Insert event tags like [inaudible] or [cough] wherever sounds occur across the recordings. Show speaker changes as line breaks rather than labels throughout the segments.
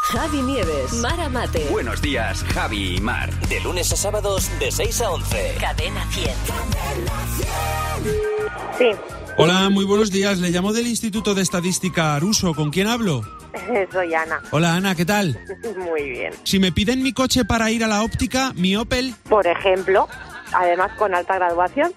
Javi Nieves, Mara Mate,
Buenos días, Javi y Mar.
De lunes a sábados de 6 a 11.
Cadena 100.
Sí, [laughs]
Hola, muy buenos días. Le llamo del Instituto de Estadística Aruso. ¿Con quién hablo?
soy Ana.
Hola, Ana, ¿qué tal?
Muy bien.
Si me piden mi coche para ir a la óptica, mi Opel,
Por ejemplo, además con alta graduación.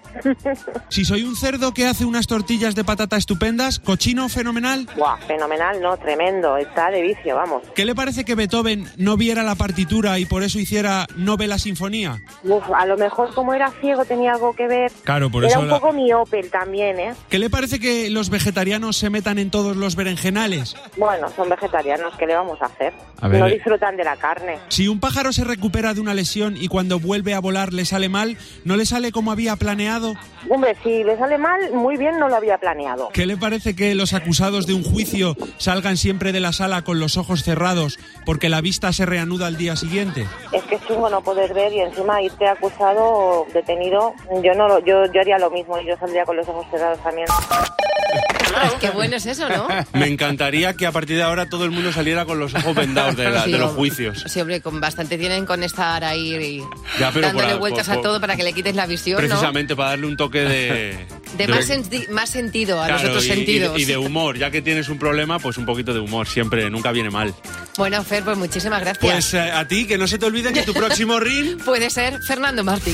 si soy un cerdo que hace unas tortillas de patata estupendas, cochino fenomenal,
Buah, fenomenal, no, tremendo. Está de vicio, vamos.
¿qué le parece que Beethoven no viera la partitura y por eso hiciera no ve la sinfonía?
Uf, a lo mejor como era ciego tenía algo que ver.
Claro, por
era
eso
un
la-
poco mi Opel también, ¿eh?
¿Qué le parece que los vegetarianos se metan en todos los berenjenales?
Bueno, son vegetarianos, ¿qué le vamos a hacer?
A ver,
no
eh.
disfrutan de la carne.
Si un pájaro se recupera de una lesión y cuando vuelve a volar le sale mal, ¿no le sale como había planeado?
Hombre, si le sale mal, muy bien, no lo había planeado.
¿Qué le parece que los acusados de un juicio salgan siempre de la sala con los ojos cerrados porque la vista se reanuda al día siguiente?
Es que es chungo no poder ver y encima irte acusado o detenido. Yo no lo- yo, yo haría lo mismo y yo saldría con los ojos cerrados también.
Qué bueno es
[laughs]
eso, ¿no?
Me encantaría que a partir de ahora todo el mundo saliera con los ojos vendados de, la- de
Sí,
los
o-
juicios.
Sí, hombre, con bastante tienen con estar ahí y
Ya, pero por
dándole
al-
vueltas
por-
a todo para que le quites la visión,
Precisamente para darle un toque de...
¿no? [laughs] De más, sen- más sentido a los
Claro,
otros
y- y-
sentidos.
Y, de humor, ya que tienes un problema, pues un poquito de humor siempre, nunca viene mal.
Bueno, Fer, pues muchísimas gracias.
Pues eh, a ti, que no se te olvide que tu próximo ring...
Puede ser Fernando Martí.